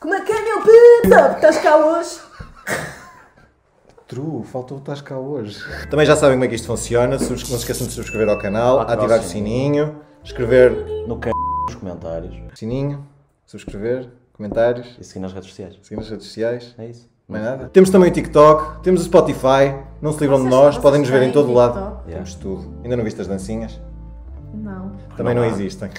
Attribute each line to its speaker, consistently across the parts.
Speaker 1: Como é que é, meu puta? Estás cá hoje?
Speaker 2: True, faltou o estás cá hoje.
Speaker 3: Também já sabem como é que isto funciona. Subs- Não se esqueçam de subscrever ao canal, ativar o sininho, escrever
Speaker 2: No c... nos comentários.
Speaker 3: sininho, subscrever, comentários,
Speaker 2: E seguir nas redes sociais.
Speaker 3: seguir nas redes sociais.
Speaker 2: É isso?
Speaker 3: Mais nada. Temos também o TikTok, temos o Spotify, não se livram de
Speaker 4: Vocês-
Speaker 3: nós,
Speaker 4: vocês
Speaker 3: podem nos ver em
Speaker 4: têm
Speaker 3: todo o lado.
Speaker 4: TikTok?
Speaker 2: Yeah.
Speaker 3: Temos tudo. Ainda não viste as dancinhas?
Speaker 4: Não.
Speaker 3: Também não
Speaker 2: há.
Speaker 3: existem.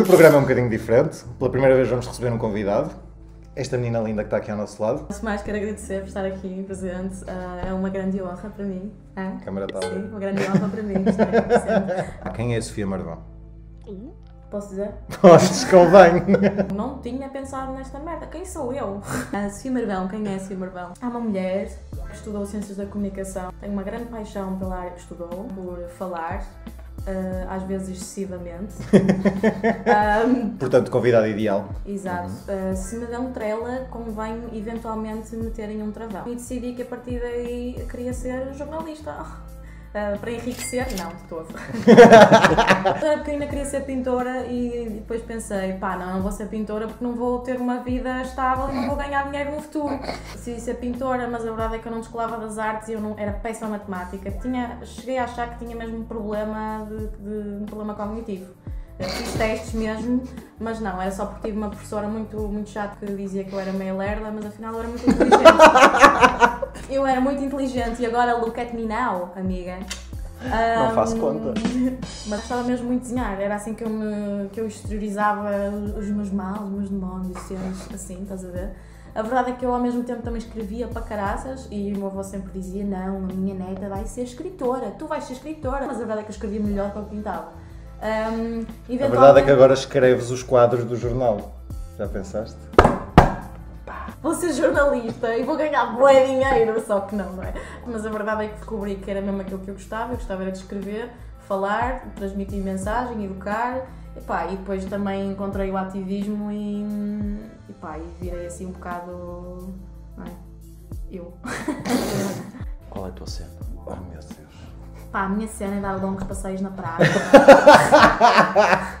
Speaker 3: O programa é um bocadinho diferente. Pela primeira vez vamos receber um convidado. Esta menina linda que está aqui ao nosso lado.
Speaker 4: Antes de mais, quero agradecer por estar aqui presente. Ah, é uma grande honra para mim.
Speaker 3: A
Speaker 4: É?
Speaker 3: câmara está
Speaker 4: Sim,
Speaker 3: ali.
Speaker 4: uma grande honra para mim estar aqui presente.
Speaker 3: Ah, quem é a Sofia Marvão?
Speaker 4: Posso dizer?
Speaker 3: Podes, convém.
Speaker 4: Não tinha pensado nesta merda. Quem sou eu? A Sofia Marvão. Quem é a Sofia Marvão? É uma mulher que estudou Ciências da Comunicação. Tem uma grande paixão pela área que estudou, por falar, ah, às vezes excessivamente. Ah,
Speaker 3: Portanto, convidado ideal.
Speaker 4: Exato. Uh, se me dão trela, convém eventualmente meterem um travão. E decidi que a partir daí queria ser jornalista. Uh, para enriquecer, não, de todo. Quando era pequenina queria ser pintora e depois pensei, pá, não, não vou ser pintora porque não vou ter uma vida estável e não vou ganhar dinheiro no futuro. Decidi ser pintora, mas a verdade é que eu não descolava das artes e eu não, era péssima em matemática. Tinha, cheguei a achar que tinha mesmo um problema, de, de- um problema cognitivo. Eu Fiz testes mesmo, mas não, era só porque tive uma professora muito, muito chata que dizia que eu era meio lerda, mas afinal eu era muito inteligente. eu era muito inteligente e agora look at me now, amiga.
Speaker 2: Não faço
Speaker 4: Ahm,
Speaker 2: conta.
Speaker 4: mas gostava mesmo muito de desenhar, era assim que eu, me, que eu exteriorizava os meus maus, os meus demónios, cenas assim, estás a ver? A verdade é que eu ao mesmo tempo também escrevia para caraças e o meu avô sempre dizia: Não, a minha neta vai ser escritora, tu vais ser escritora. Mas a verdade é que eu escrevia melhor que eu pintava. Ahm,
Speaker 3: A verdade é que
Speaker 4: eventualmente-
Speaker 3: agora escreves os quadros do jornal. Já pensaste?
Speaker 4: vou ser jornalista e vou ganhar bué dinheiro, só que não, não é? Mas a verdade é que descobri que era mesmo aquilo que eu gostava, eu gostava era de escrever, falar, transmitir mensagem, educar, e pá, e depois também encontrei o ativismo e, e pá, e virei assim um bocado, não é? Eu.
Speaker 2: Qual é a tua cena?
Speaker 3: Oh meu Deus.
Speaker 4: Pá, a minha cena é dar longos passeios na praia.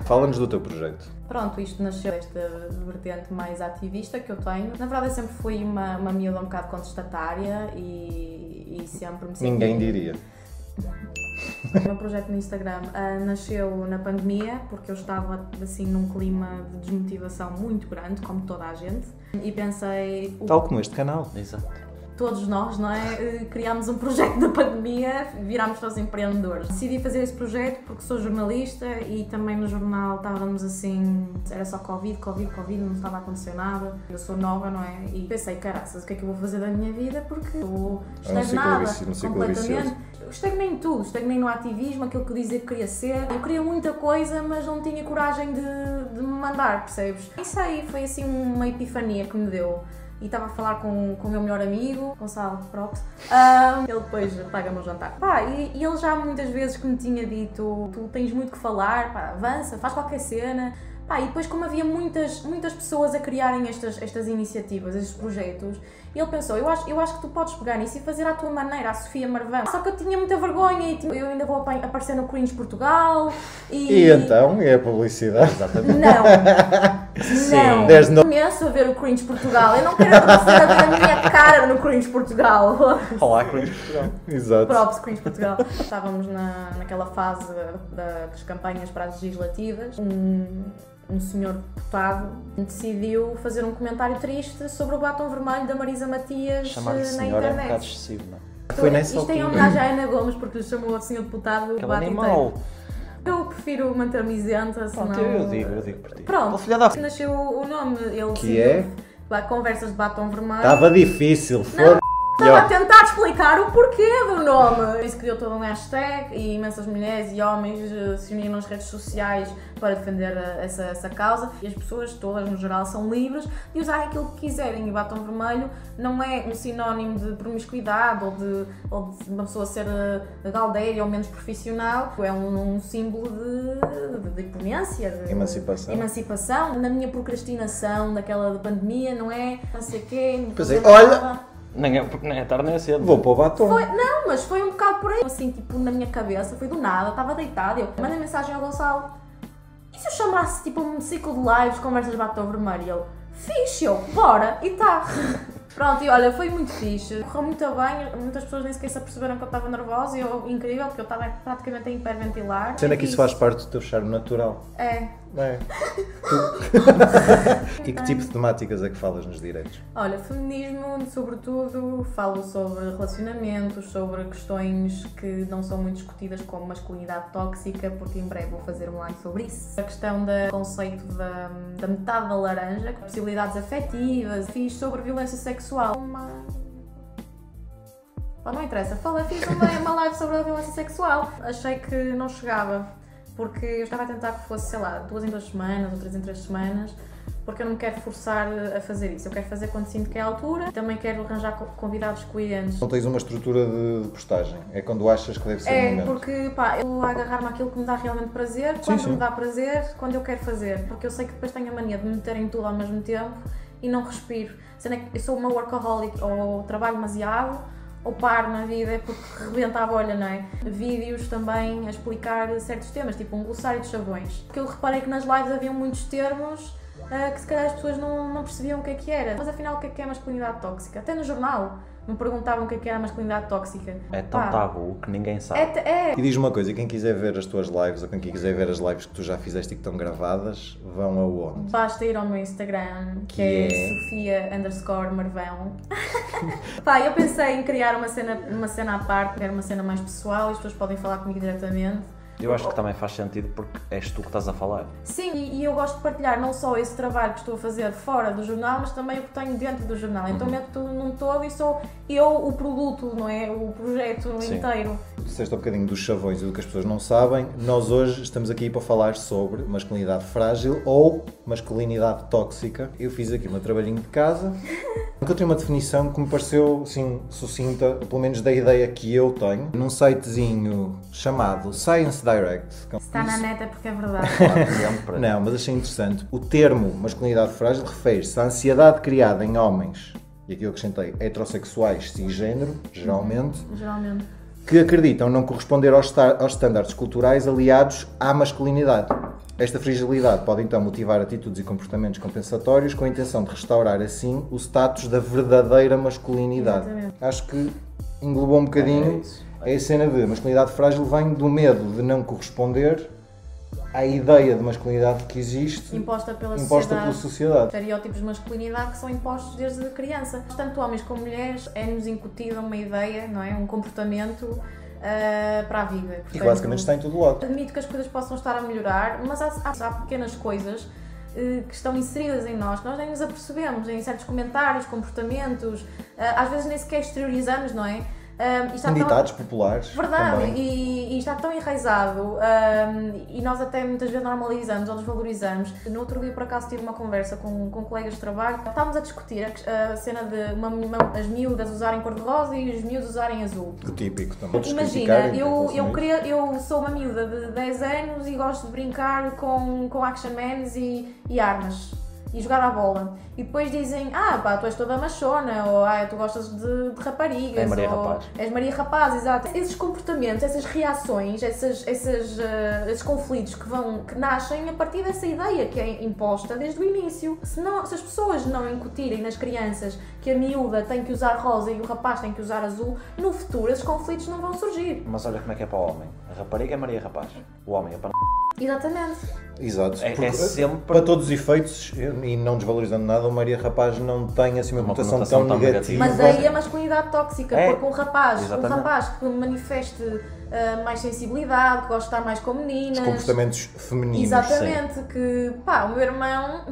Speaker 3: Fala-nos do teu projeto.
Speaker 4: Pronto, isto nasceu desta vertente mais ativista que eu tenho. Na verdade, eu sempre fui uma, uma miúda um bocado contestatária e, e sempre me senti...
Speaker 3: Ninguém diria.
Speaker 4: O meu projeto no Instagram ah, nasceu na pandemia, porque eu estava assim num clima de desmotivação muito grande, como toda a gente, e pensei, o-
Speaker 3: Tal como este canal.
Speaker 2: Exato.
Speaker 4: todos nós, não é? Eh, Criámos um projeto da pandemia, virámos todos empreendedores. Decidi fazer esse projeto porque sou jornalista e também no jornal estávamos assim, era só Covid, Covid, Covid, não estava a acontecer nada. Eu sou nova, não é? E pensei, caraças, o que é que eu vou fazer da minha vida? Porque estou
Speaker 3: É um ciclo
Speaker 4: estagnada
Speaker 3: vici- um ciclo
Speaker 4: completamente.
Speaker 3: vicioso.
Speaker 4: Eu Estagnei em tudo, estagnei no ativismo, aquilo que eu dizia que queria ser. Eu queria muita coisa, mas não tinha coragem de, de me mandar, percebes? Isso aí foi assim uma epifania que me deu. E estava a falar com, com o meu melhor amigo, Gonçalo Prox. Ahm, ele depois paga-me o jantar. Pá, e, e ele já muitas vezes que me tinha dito: tu tens muito que falar, pá, avança, faz qualquer cena. Pá, e depois, como havia muitas, muitas pessoas a criarem estas, estas iniciativas, estes projetos, ele pensou: eu acho, eu acho que tu podes pegar nisso e fazer à tua maneira, à Sofia Marvão. Só que eu tinha muita vergonha e tipo, eu ainda vou apa- aparecer no Cringe Portugal. E,
Speaker 3: E então, é a publicidade. Exatamente.
Speaker 4: Não! não!
Speaker 3: there's no-
Speaker 4: Começo a ver o Cringe Portugal. Eu não quero aparecer a ver a minha cara no Cringe Portugal.
Speaker 2: Olá, Cringe Portugal.
Speaker 3: Exato.
Speaker 4: Props, Queens Portugal. Estávamos na, naquela fase da- das campanhas para as legislativas. Um, um senhor deputado decidiu fazer um comentário triste sobre o batom vermelho da Marisa Matias
Speaker 2: Chamar-lhe
Speaker 4: eh, na
Speaker 2: senhora é um bocado
Speaker 4: internet.
Speaker 2: excessivo, não é?
Speaker 3: Foi nessa
Speaker 4: Isto é em
Speaker 3: altura.
Speaker 4: homenagem à Ana Gomes, porque lhe chamou o senhor deputado
Speaker 2: Aquele
Speaker 4: batom
Speaker 2: animal.
Speaker 4: Eu prefiro manter-me isenta, senão...
Speaker 2: Pronto, eu digo, eu digo por ti.
Speaker 4: Pronto,
Speaker 2: Oh, filha da... f-
Speaker 4: nasceu o nome. Ele
Speaker 3: Que é?
Speaker 4: decidiu- Conversas de batom vermelho.
Speaker 2: Tá
Speaker 3: Estava difícil.
Speaker 4: Não,
Speaker 3: Foda.
Speaker 4: Estava
Speaker 3: Yeah.
Speaker 4: a tentar explicar o porquê do nome. Isso criou todo um hashtag e imensas mulheres e homens eh, se uniram nas redes sociais para defender eh, essa, essa causa. E as pessoas todas, no geral, são livres de usar aquilo que quiserem. E batom vermelho não é um sinónimo de promiscuidade ou de, ou de uma pessoa ser eh, galdeira ou menos profissional. É um, um símbolo de, de, de imponência, de-
Speaker 3: Emancipação.
Speaker 4: emancipação. Na minha procrastinação daquela de pandemia, não é? Não sei o quê. não
Speaker 3: Pois é,
Speaker 4: fazer nada.
Speaker 3: olha,
Speaker 2: Nem é, nem é tarde nem é cedo.
Speaker 3: Vou para o batom.
Speaker 4: Foi- não, mas foi um bocado por aí. Assim, tipo, na minha cabeça, foi do nada, estava deitada. Eu mandei mensagem ao Gonçalo: e se eu chamasse tipo um ciclo de lives, conversas de batom vermelho? E Ele: fixe, eu, bora, e tá. Pronto, e olha, foi muito fixe. Correu muito bem, muitas pessoas nem sequer se aperceberam que eu estava nervosa e eu, incrível, porque eu estava praticamente a hiperventilar.
Speaker 3: Sendo é que isso faz parte do teu charme natural.
Speaker 4: É.
Speaker 3: É. e que tipo de temáticas é que falas nos direitos?
Speaker 4: Olha, feminismo, sobretudo, falo sobre relacionamentos, sobre questões que não são muito discutidas como masculinidade tóxica, porque em breve vou fazer um live sobre isso. A questão do conceito da, da metade da laranja, possibilidades afetivas, fiz sobre violência sexual. Uma. Pá, não interessa. Falei, fiz uma, uma live sobre a violência sexual. Achei que não chegava, porque eu estava a tentar que fosse, sei lá, duas em duas semanas ou três em três semanas porque eu não me quero forçar a fazer isso. Eu quero fazer quando sinto que é a altura. Também quero arranjar co- convidados coerentes.
Speaker 3: Não tens uma estrutura de, de postagem. É quando achas que deve ser o
Speaker 4: É,
Speaker 3: momento.
Speaker 4: porque pá, eu vou agarrar-me àquilo que me dá realmente prazer, quando
Speaker 3: sim.
Speaker 4: me dá prazer, quando eu quero fazer. Porque eu sei que depois tenho a mania de me meter em tudo ao mesmo tempo e não respiro. Sendo é que eu sou uma workaholic, ou trabalho demasiado, ou paro na vida, é porque rebenta a bolha, não é? Vídeos também a explicar certos temas, tipo um glossário de sabões. Porque eu reparei é que nas lives havia muitos termos ah, que se calhar as pessoas não, não percebiam o que é que era. Mas afinal, o que é que é masculinidade tóxica? Até no jornal me perguntavam o que é que era masculinidade tóxica.
Speaker 2: É tão
Speaker 4: Pá,
Speaker 2: tabu que ninguém sabe.
Speaker 4: É, t- é,
Speaker 3: E diz uma coisa, e quem quiser ver as tuas lives ou quem quiser ver as lives que tu já fizeste e que estão gravadas, vão aonde?
Speaker 4: Basta ir ao meu Instagram, que
Speaker 3: Que
Speaker 4: é
Speaker 3: é?
Speaker 4: Sofia underscore Marvão. Pá, eu pensei em criar uma cena, uma cena à parte, criar uma cena mais pessoal, as pessoas podem falar comigo diretamente.
Speaker 2: Eu acho que também faz sentido porque és tu que estás a falar.
Speaker 4: Sim, e, e eu gosto de partilhar não só esse trabalho que estou a fazer fora do jornal, mas também o que tenho dentro do jornal. Então meto tudo num todo e sou eu o produto, não é? O projeto
Speaker 2: Sim.
Speaker 4: inteiro.
Speaker 3: Tu Disseste um bocadinho dos chavões e do que as pessoas não sabem. Nós hoje estamos aqui para falar sobre masculinidade frágil ou masculinidade tóxica. Eu fiz aqui o meu trabalhinho de casa. Encontrei uma definição que me pareceu, assim, sucinta, pelo menos da ideia que eu tenho, num sitezinho chamado Science Direct. um
Speaker 4: Está na neta porque é verdade.
Speaker 2: Sempre.
Speaker 3: Não, mas achei interessante. O termo masculinidade frágil refere-se à ansiedade criada em homens, e aqui eu acrescentei heterossexuais cisgênero, geralmente,
Speaker 4: Geralmente.
Speaker 3: que acreditam não corresponder aos, sta- aos estándares culturais aliados à masculinidade. Esta fragilidade pode então motivar atitudes e comportamentos compensatórios com a intenção de restaurar assim o status da verdadeira masculinidade.
Speaker 4: Exatamente.
Speaker 3: Acho que englobou um
Speaker 2: É
Speaker 3: bocadinho
Speaker 2: isso.
Speaker 3: é a cena de masculinidade frágil vem do medo de não corresponder à ideia de masculinidade que existe
Speaker 4: Imposta pela
Speaker 3: imposta
Speaker 4: sociedade.
Speaker 3: pela sociedade.
Speaker 4: Estereótipos de masculinidade que são impostos desde a criança. Tanto homens como mulheres é-nos incutida uma ideia, não é? Um comportamento ah, para a vida.
Speaker 3: E
Speaker 4: Portanto,
Speaker 3: que basicamente está em todo lado.
Speaker 4: Admito que as coisas possam estar a melhorar, mas há, há- há pequenas coisas eh, que estão inseridas em nós, que nós nem nos apercebemos em certos comentários, comportamentos, ah, às vezes nem sequer exteriorizamos, não é? Ah, e está
Speaker 3: Em
Speaker 4: tão-
Speaker 3: ditados populares.
Speaker 4: Verdade,
Speaker 3: também.
Speaker 4: e, e está tão enraizado hum, e nós até muitas vezes normalizamos ou desvalorizamos. No outro dia, por acaso, tive uma conversa com, com colegas de trabalho, estávamos a discutir a, a cena de uma- uma- as miúdas usarem cor-de-rosa e os miúdos usarem azul.
Speaker 3: O típico também.
Speaker 4: Imagina, eu,
Speaker 3: é?
Speaker 4: eu, queria, eu sou uma miúda de 10 anos e gosto de brincar com, com action mans e, e armas e jogar à bola. E depois dizem, ah pá, tu és toda machona, ou ah, tu gostas de, de raparigas,
Speaker 2: É Maria
Speaker 4: ou
Speaker 2: Rapaz.
Speaker 4: és Maria Rapaz, exato. Esses comportamentos, essas reações, essas, essas, ah, esses conflitos que vão, que nascem a partir dessa ideia que é imposta desde o início. Se, não, se as pessoas não incutirem nas crianças que a miúda tem que usar rosa e o rapaz tem que usar azul, no futuro esses conflitos não vão surgir.
Speaker 2: Mas olha como é que é para o homem. A rapariga é Maria Rapaz. O homem é para
Speaker 4: Exatamente.
Speaker 3: Exato.
Speaker 2: É- é
Speaker 3: Porque,
Speaker 2: sempre-
Speaker 3: Para todos os efeitos, e não desvalorizando nada, o Maria Rapaz não tem assim uma,
Speaker 2: Uma
Speaker 3: cotação
Speaker 2: conotação
Speaker 3: tão,
Speaker 2: tão
Speaker 3: negativa.
Speaker 2: negativa.
Speaker 4: Mas aí é a masculinidade tóxica,
Speaker 2: É.
Speaker 4: porque um rapaz, um
Speaker 2: Exatamente.
Speaker 4: rapaz que manifeste ah, mais sensibilidade, que gosta de estar mais com meninas.
Speaker 3: Os comportamentos femininos.
Speaker 4: Exatamente, que pá, o meu irmão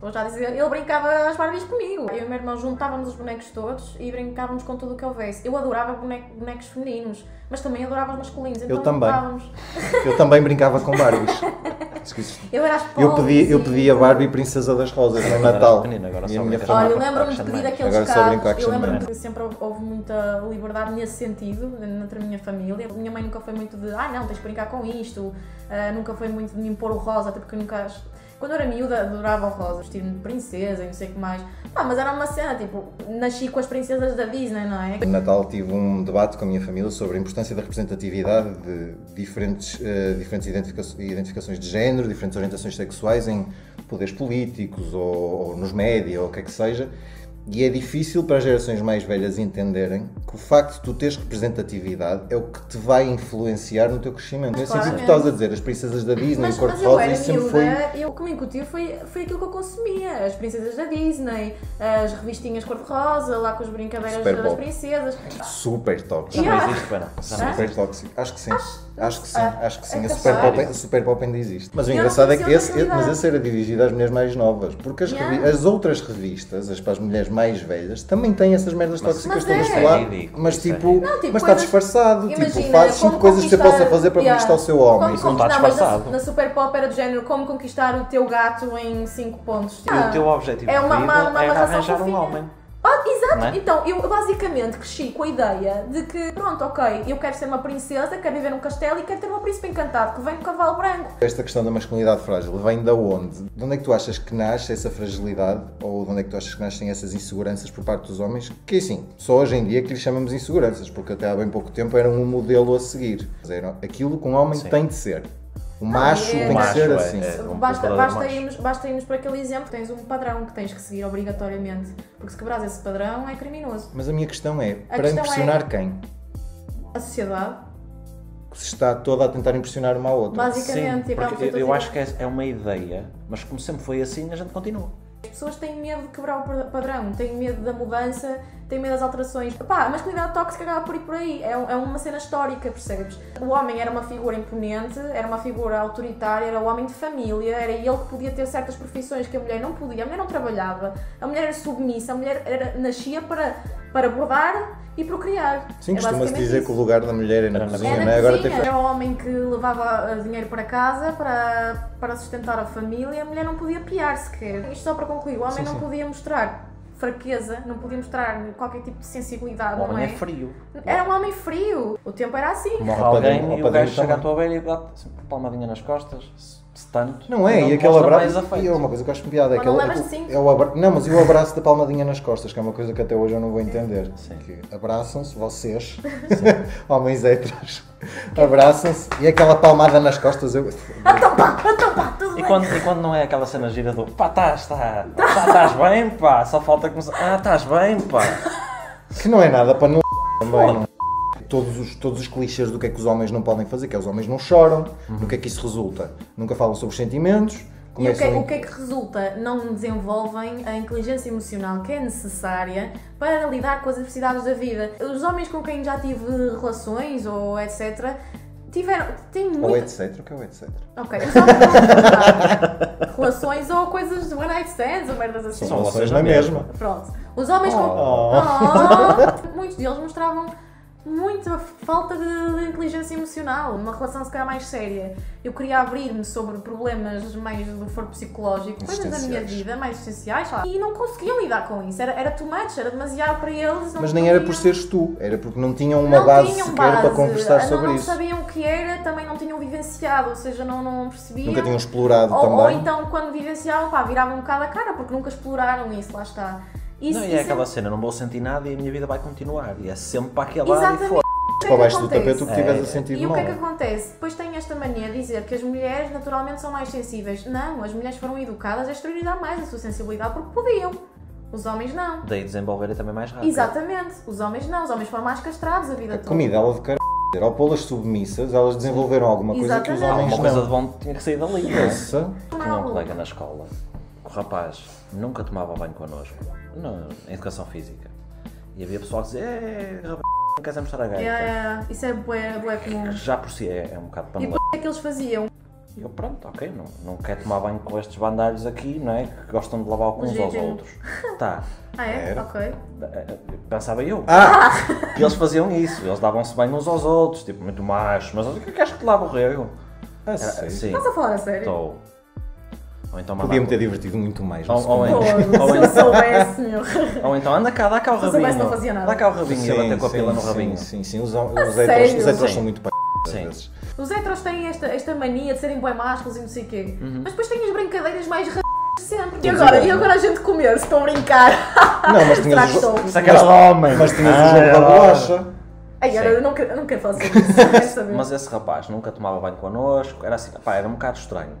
Speaker 4: Vou já dizer, ele brincava às Barbies comigo. Eu e o meu irmão juntávamos os bonecos todos e brincávamos com tudo o que houvesse. Eu adorava boneco- bonecos femininos, mas também adorava os masculinos. Então
Speaker 3: também.
Speaker 4: juntávamos.
Speaker 3: Eu também brincava com Barbies. Esqueci.
Speaker 4: Eu era as
Speaker 3: Eu pedi, eu
Speaker 4: Ponzies.
Speaker 3: pedi a Barbie Princesa das Rosas no
Speaker 2: Agora
Speaker 3: Natal.
Speaker 2: era pequenino,
Speaker 3: E Tá
Speaker 2: agora
Speaker 3: a
Speaker 2: só
Speaker 3: minha
Speaker 2: brinca-
Speaker 4: Olha, eu
Speaker 2: Chamar
Speaker 4: lembro-me de
Speaker 2: Action
Speaker 4: pedir
Speaker 2: Man.
Speaker 4: daqueles
Speaker 3: Agora só brinco
Speaker 4: carros,
Speaker 3: Action
Speaker 4: eu lembro-me
Speaker 3: Man.
Speaker 4: que sempre houve muita liberdade nesse sentido, entre a minha família. Minha mãe nunca foi muito de, ah não, tens de brincar com isto, Ah, nunca foi muito de me impor o rosa, até porque eu nunca... ach- Quando eu era miúda adorava o rosa, vestir-me de princesa e não sei o que mais. Ah, mas era uma cena, tipo, nasci com as princesas da Disney, não é?
Speaker 3: No Natal tive um debate com a minha família sobre a importância da representatividade de diferentes, eh, diferentes identifica- identificações de género, diferentes orientações sexuais em poderes políticos ou, ou nos média ou o que é que seja. E é difícil para as gerações mais velhas entenderem que o facto de tu teres representatividade é o que te vai influenciar no teu crescimento. Nesse sentido que tu estás a dizer, as princesas da Disney,
Speaker 4: Mas,
Speaker 3: o corpo
Speaker 4: mas eu
Speaker 3: rosa,
Speaker 4: era
Speaker 3: isso sempre
Speaker 4: miúda
Speaker 3: foi.
Speaker 4: e o que me incutiu foi, foi aquilo que eu consumia. As princesas da Disney, as revistinhas cor-de-rosa, lá com as brincadeiras
Speaker 3: Super
Speaker 4: das
Speaker 3: Bowl.
Speaker 4: princesas.
Speaker 3: Super tóxico.
Speaker 2: Já
Speaker 4: Yeah.
Speaker 2: não existe, pera. Já não
Speaker 4: Hã?
Speaker 3: Super tóxico. Acho que sim. Acho que sim.
Speaker 4: ah,
Speaker 3: acho que sim.
Speaker 4: é
Speaker 3: a, super
Speaker 4: capaz.
Speaker 3: pop, a super pop ainda existe. Mas o
Speaker 4: Eu não
Speaker 3: engraçado é que
Speaker 4: conhecia
Speaker 3: esse,
Speaker 4: outra
Speaker 3: mas
Speaker 4: realidade.
Speaker 3: esse era dirigido às mulheres mais novas. Porque as,
Speaker 4: Yeah.
Speaker 3: revi- as outras revistas, as para as mulheres mais velhas, também têm essas merdas tóxicas
Speaker 4: mas
Speaker 3: todas
Speaker 4: é.
Speaker 3: lá.
Speaker 2: Isso é ridículo,
Speaker 3: Mas
Speaker 2: isso é
Speaker 3: tipo,
Speaker 4: Não, tipo,
Speaker 3: mas está
Speaker 4: coisas-
Speaker 3: disfarçado. tipo,
Speaker 4: Imagina,
Speaker 3: faz
Speaker 4: como
Speaker 3: cinco coisas que você
Speaker 4: conquistar-
Speaker 3: possa fazer para
Speaker 4: Yeah.
Speaker 3: conquistar o seu homem. tá
Speaker 4: Como
Speaker 2: Isso não está
Speaker 4: conquistar, mas
Speaker 2: disfarçado.
Speaker 4: Na, na Super Pop era do género, como conquistar o teu gato em 5 pontos.
Speaker 2: E o teu objetivo
Speaker 4: é uma-
Speaker 2: de vida
Speaker 4: uma- uma
Speaker 2: era
Speaker 4: amarração
Speaker 2: arranjar um
Speaker 4: fofinha.
Speaker 2: homem.
Speaker 4: Ah, exato!
Speaker 2: Não é?
Speaker 4: Então, eu basicamente cresci com a ideia de que, pronto, ok, eu quero ser uma princesa, quero viver num castelo e quero ter um príncipe encantado que vem com um cavalo branco.
Speaker 3: Esta questão da masculinidade frágil vem da onde? De onde é que tu achas que nasce essa fragilidade? Ou de onde é que tu achas que nascem essas inseguranças por parte dos homens? Que assim, só hoje em dia que lhes chamamos inseguranças, porque até há bem pouco tempo era um modelo a seguir. Era aquilo que um homem tem de ser. O macho
Speaker 4: é.
Speaker 3: tem
Speaker 4: O
Speaker 3: que
Speaker 4: macho,
Speaker 3: ser
Speaker 2: é,
Speaker 3: assim.
Speaker 2: é. um
Speaker 4: basta,
Speaker 2: verdadeiro
Speaker 4: basta,
Speaker 2: macho.
Speaker 4: irmos, basta irmos para aquele exemplo, tens um padrão que tens que seguir obrigatoriamente. Porque se quebrares esse padrão é criminoso.
Speaker 3: Mas a minha questão é, para
Speaker 4: questão
Speaker 3: impressionar quem?
Speaker 4: A sociedade,
Speaker 3: Se está toda a tentar impressionar uma à outra.
Speaker 4: basicamente,
Speaker 2: Sim, porque
Speaker 4: acabam por
Speaker 2: eu,
Speaker 4: todos
Speaker 2: eu
Speaker 4: iguais.
Speaker 2: acho que é, é uma ideia, mas como sempre foi assim, a gente continua.
Speaker 4: As pessoas têm medo de quebrar o pa- padrão, têm medo da mudança, têm medo das alterações. Pá, a masculinidade tóxica acaba por ir por aí. É, um- é uma cena histórica, percebes? O homem era uma figura imponente, era uma figura autoritária, era o homem de família, era ele que podia ter certas profissões que a mulher não podia. A mulher não trabalhava, a mulher era submissa, a mulher era- nascia para, para bordar e procriar.
Speaker 3: Sim,
Speaker 4: É
Speaker 3: costuma-se
Speaker 4: basicamente
Speaker 3: dizer
Speaker 4: isso.
Speaker 3: que o lugar da mulher é na
Speaker 2: Era na
Speaker 3: cozinha,
Speaker 4: Era
Speaker 3: não é?
Speaker 4: cozinha,
Speaker 3: Agora tem
Speaker 4: era o homem que levava eh, dinheiro para casa para, para sustentar a família, a mulher não podia piar sequer. Isto só para concluir, o homem não podia mostrar fraqueza, não podia mostrar qualquer tipo de sensibilidade,
Speaker 2: O
Speaker 4: não é?
Speaker 2: homem é frio.
Speaker 4: Era um homem frio, o tempo era assim.
Speaker 3: Uma- Ao
Speaker 2: Alguém
Speaker 3: padrinho- ao
Speaker 2: e o
Speaker 3: padrinho
Speaker 2: gajo chega à
Speaker 3: também.
Speaker 2: tua velha e dá-te sempre uma palmadinha nas costas, se, se tanto.
Speaker 3: Não é,
Speaker 2: Não
Speaker 3: e
Speaker 2: te
Speaker 3: aquele
Speaker 2: mostra mais
Speaker 3: abraço.
Speaker 2: afeto.
Speaker 3: E é uma coisa que eu acho piada. É
Speaker 4: Mas
Speaker 3: aquele,
Speaker 4: não levas
Speaker 3: é o-
Speaker 4: cinco.
Speaker 3: é o abra... Não, mas e o abraço da palmadinha nas costas, que é uma coisa que até hoje eu não vou entender.
Speaker 2: Sim.
Speaker 3: Que abraçam-se, vocês, homens héteros, abraçam-se e aquela palmada nas costas. Eu...
Speaker 4: Então pá, então pá, tudo
Speaker 2: E
Speaker 4: bem.
Speaker 2: quando, e quando não é aquela cena gira do pá, estás, tá, pá, estás bem, pá, só falta começar. Ah, estás bem, pá.
Speaker 3: Que não é nada para não. Também, não. Todos os, todos os clichês do que é que os homens não podem fazer, que é os homens não choram,
Speaker 2: Uhum.
Speaker 3: do que é que isso resulta? Nunca falam sobre os sentimentos,
Speaker 4: E o que,
Speaker 3: começam
Speaker 4: é- o que é que resulta? Não desenvolvem a inteligência emocional que é necessária para lidar com as adversidades da vida. Os homens com quem já tive relações ou etc. Tiveram, têm
Speaker 3: Ou
Speaker 4: muita,
Speaker 3: etc, o que é o etc?
Speaker 4: Ok, mas só para relações ou coisas de one night stands ou merdas assim.
Speaker 2: São
Speaker 3: Vocês
Speaker 2: vocês
Speaker 3: não é
Speaker 2: na
Speaker 3: mesmo?
Speaker 4: Pronto. Os homens com.
Speaker 3: Oh.
Speaker 4: Oh! Muitos deles mostravam muita falta de inteligência emocional, uma relação se calhar mais séria. Eu queria abrir-me sobre problemas mais do foro psicológico, coisas da minha
Speaker 3: Existenciais.
Speaker 4: vida, mais essenciais, lá, e não conseguiam lidar com isso. Era, era too much, era demasiado para eles. não-
Speaker 3: Mas nem
Speaker 4: não
Speaker 3: era por
Speaker 4: tinham-
Speaker 3: seres tu, era porque não tinham uma base sequer para conversar
Speaker 4: Ah, não,
Speaker 3: sobre
Speaker 4: não
Speaker 3: isso.
Speaker 4: sabiam o que era, também não tinham vivenciado, ou seja, não, não percebiam.
Speaker 3: Nunca tinham explorado
Speaker 4: ou,
Speaker 3: Tá também.
Speaker 4: ou então, quando vivenciavam, pá, viravam um bocado a cara, porque nunca exploraram isso, lá está. Isso,
Speaker 2: não, e é
Speaker 4: isso
Speaker 2: aquela cena, não vou sentir nada e a minha vida vai continuar. E é sempre para aquele lado e
Speaker 4: um- Exatamente.
Speaker 2: fora.
Speaker 4: O que é
Speaker 3: para
Speaker 4: que
Speaker 3: baixo tipo, do
Speaker 4: acontece?
Speaker 3: tapete o que tiveres a
Speaker 2: É.
Speaker 3: sentir
Speaker 4: E o
Speaker 3: mal.
Speaker 4: que é que acontece? Depois tem esta mania de dizer que as mulheres naturalmente são mais sensíveis. Não, as mulheres foram educadas a exteriorizar mais a sua sensibilidade porque podiam. Os homens não.
Speaker 2: Daí desenvolverem também mais rápido.
Speaker 4: Exatamente, os homens não. Os homens foram mais castrados a vida
Speaker 3: A
Speaker 4: toda.
Speaker 3: É comida, ela de cara. Ao pô-las submissas, elas desenvolveram alguma coisa que os homens
Speaker 4: Exatamente.
Speaker 2: Alguma coisa de
Speaker 3: não.
Speaker 2: bom tinha que sair dali. não é?
Speaker 3: Nossa.
Speaker 2: Tinha um colega na escola que o rapaz nunca tomava banho connosco, no, em educação física. E havia pessoal que dizia: É, rapaz, não queres mostrar a gaita?
Speaker 4: É, é, é. Isso é bué, bué comum.
Speaker 2: Já por si é, é um bocado
Speaker 4: E
Speaker 2: panela.
Speaker 4: depois o que é que eles faziam?
Speaker 2: E eu, pronto, ok, não, não quero tomar banho com estes bandalhos aqui, não é? Que gostam de lavar uns aos
Speaker 4: Legítimo.
Speaker 2: outros. Tá.
Speaker 4: Ah, é?
Speaker 3: Era.
Speaker 4: Ok.
Speaker 2: Pensava eu.
Speaker 3: Ah!
Speaker 2: E eles faziam isso, eles davam-se bem uns aos outros, tipo, muito macho, mas o que é que acho que te lá morreu?
Speaker 3: ah
Speaker 2: Era-
Speaker 3: sim.
Speaker 2: Sim,
Speaker 4: Estás a falar a sério?
Speaker 2: estou. Ou então
Speaker 3: Podia-me ter
Speaker 2: mandava-
Speaker 3: divertido muito mais.
Speaker 2: Ou- ou
Speaker 4: Pô,
Speaker 2: é.
Speaker 4: se eu soubesse, meu.
Speaker 2: Ou então, anda cá, dá cá o
Speaker 4: Se eu soubesse,
Speaker 2: rabinho.
Speaker 4: não fazia nada.
Speaker 2: Dá cá o rabinho, eu bater com a pila no
Speaker 3: sim,
Speaker 2: rabinho.
Speaker 3: Sim, sim, os, os
Speaker 4: sério?
Speaker 3: heteros, os heteros
Speaker 2: Sim.
Speaker 3: são muito p. às
Speaker 2: Sim.
Speaker 3: vezes.
Speaker 4: Os heteros têm esta, esta mania de serem bué másculos e não sei o quê. Mas depois têm as brincadeiras mais r... de sempre. E agora? E agora a gente comer, se estão a brincar.
Speaker 3: Não, mas tinhas
Speaker 4: Será
Speaker 3: o
Speaker 4: que
Speaker 3: jogo.
Speaker 4: sou?
Speaker 2: Sacaste de homem!
Speaker 3: Mas tinhas o jogo da
Speaker 2: é
Speaker 3: bolacha.
Speaker 4: Ai,
Speaker 2: Sim.
Speaker 4: eu não quero, eu não quero falar sobre isso. não quero saber.
Speaker 2: Mas esse rapaz nunca tomava banho connosco, era assim, pá, era um bocado estranho.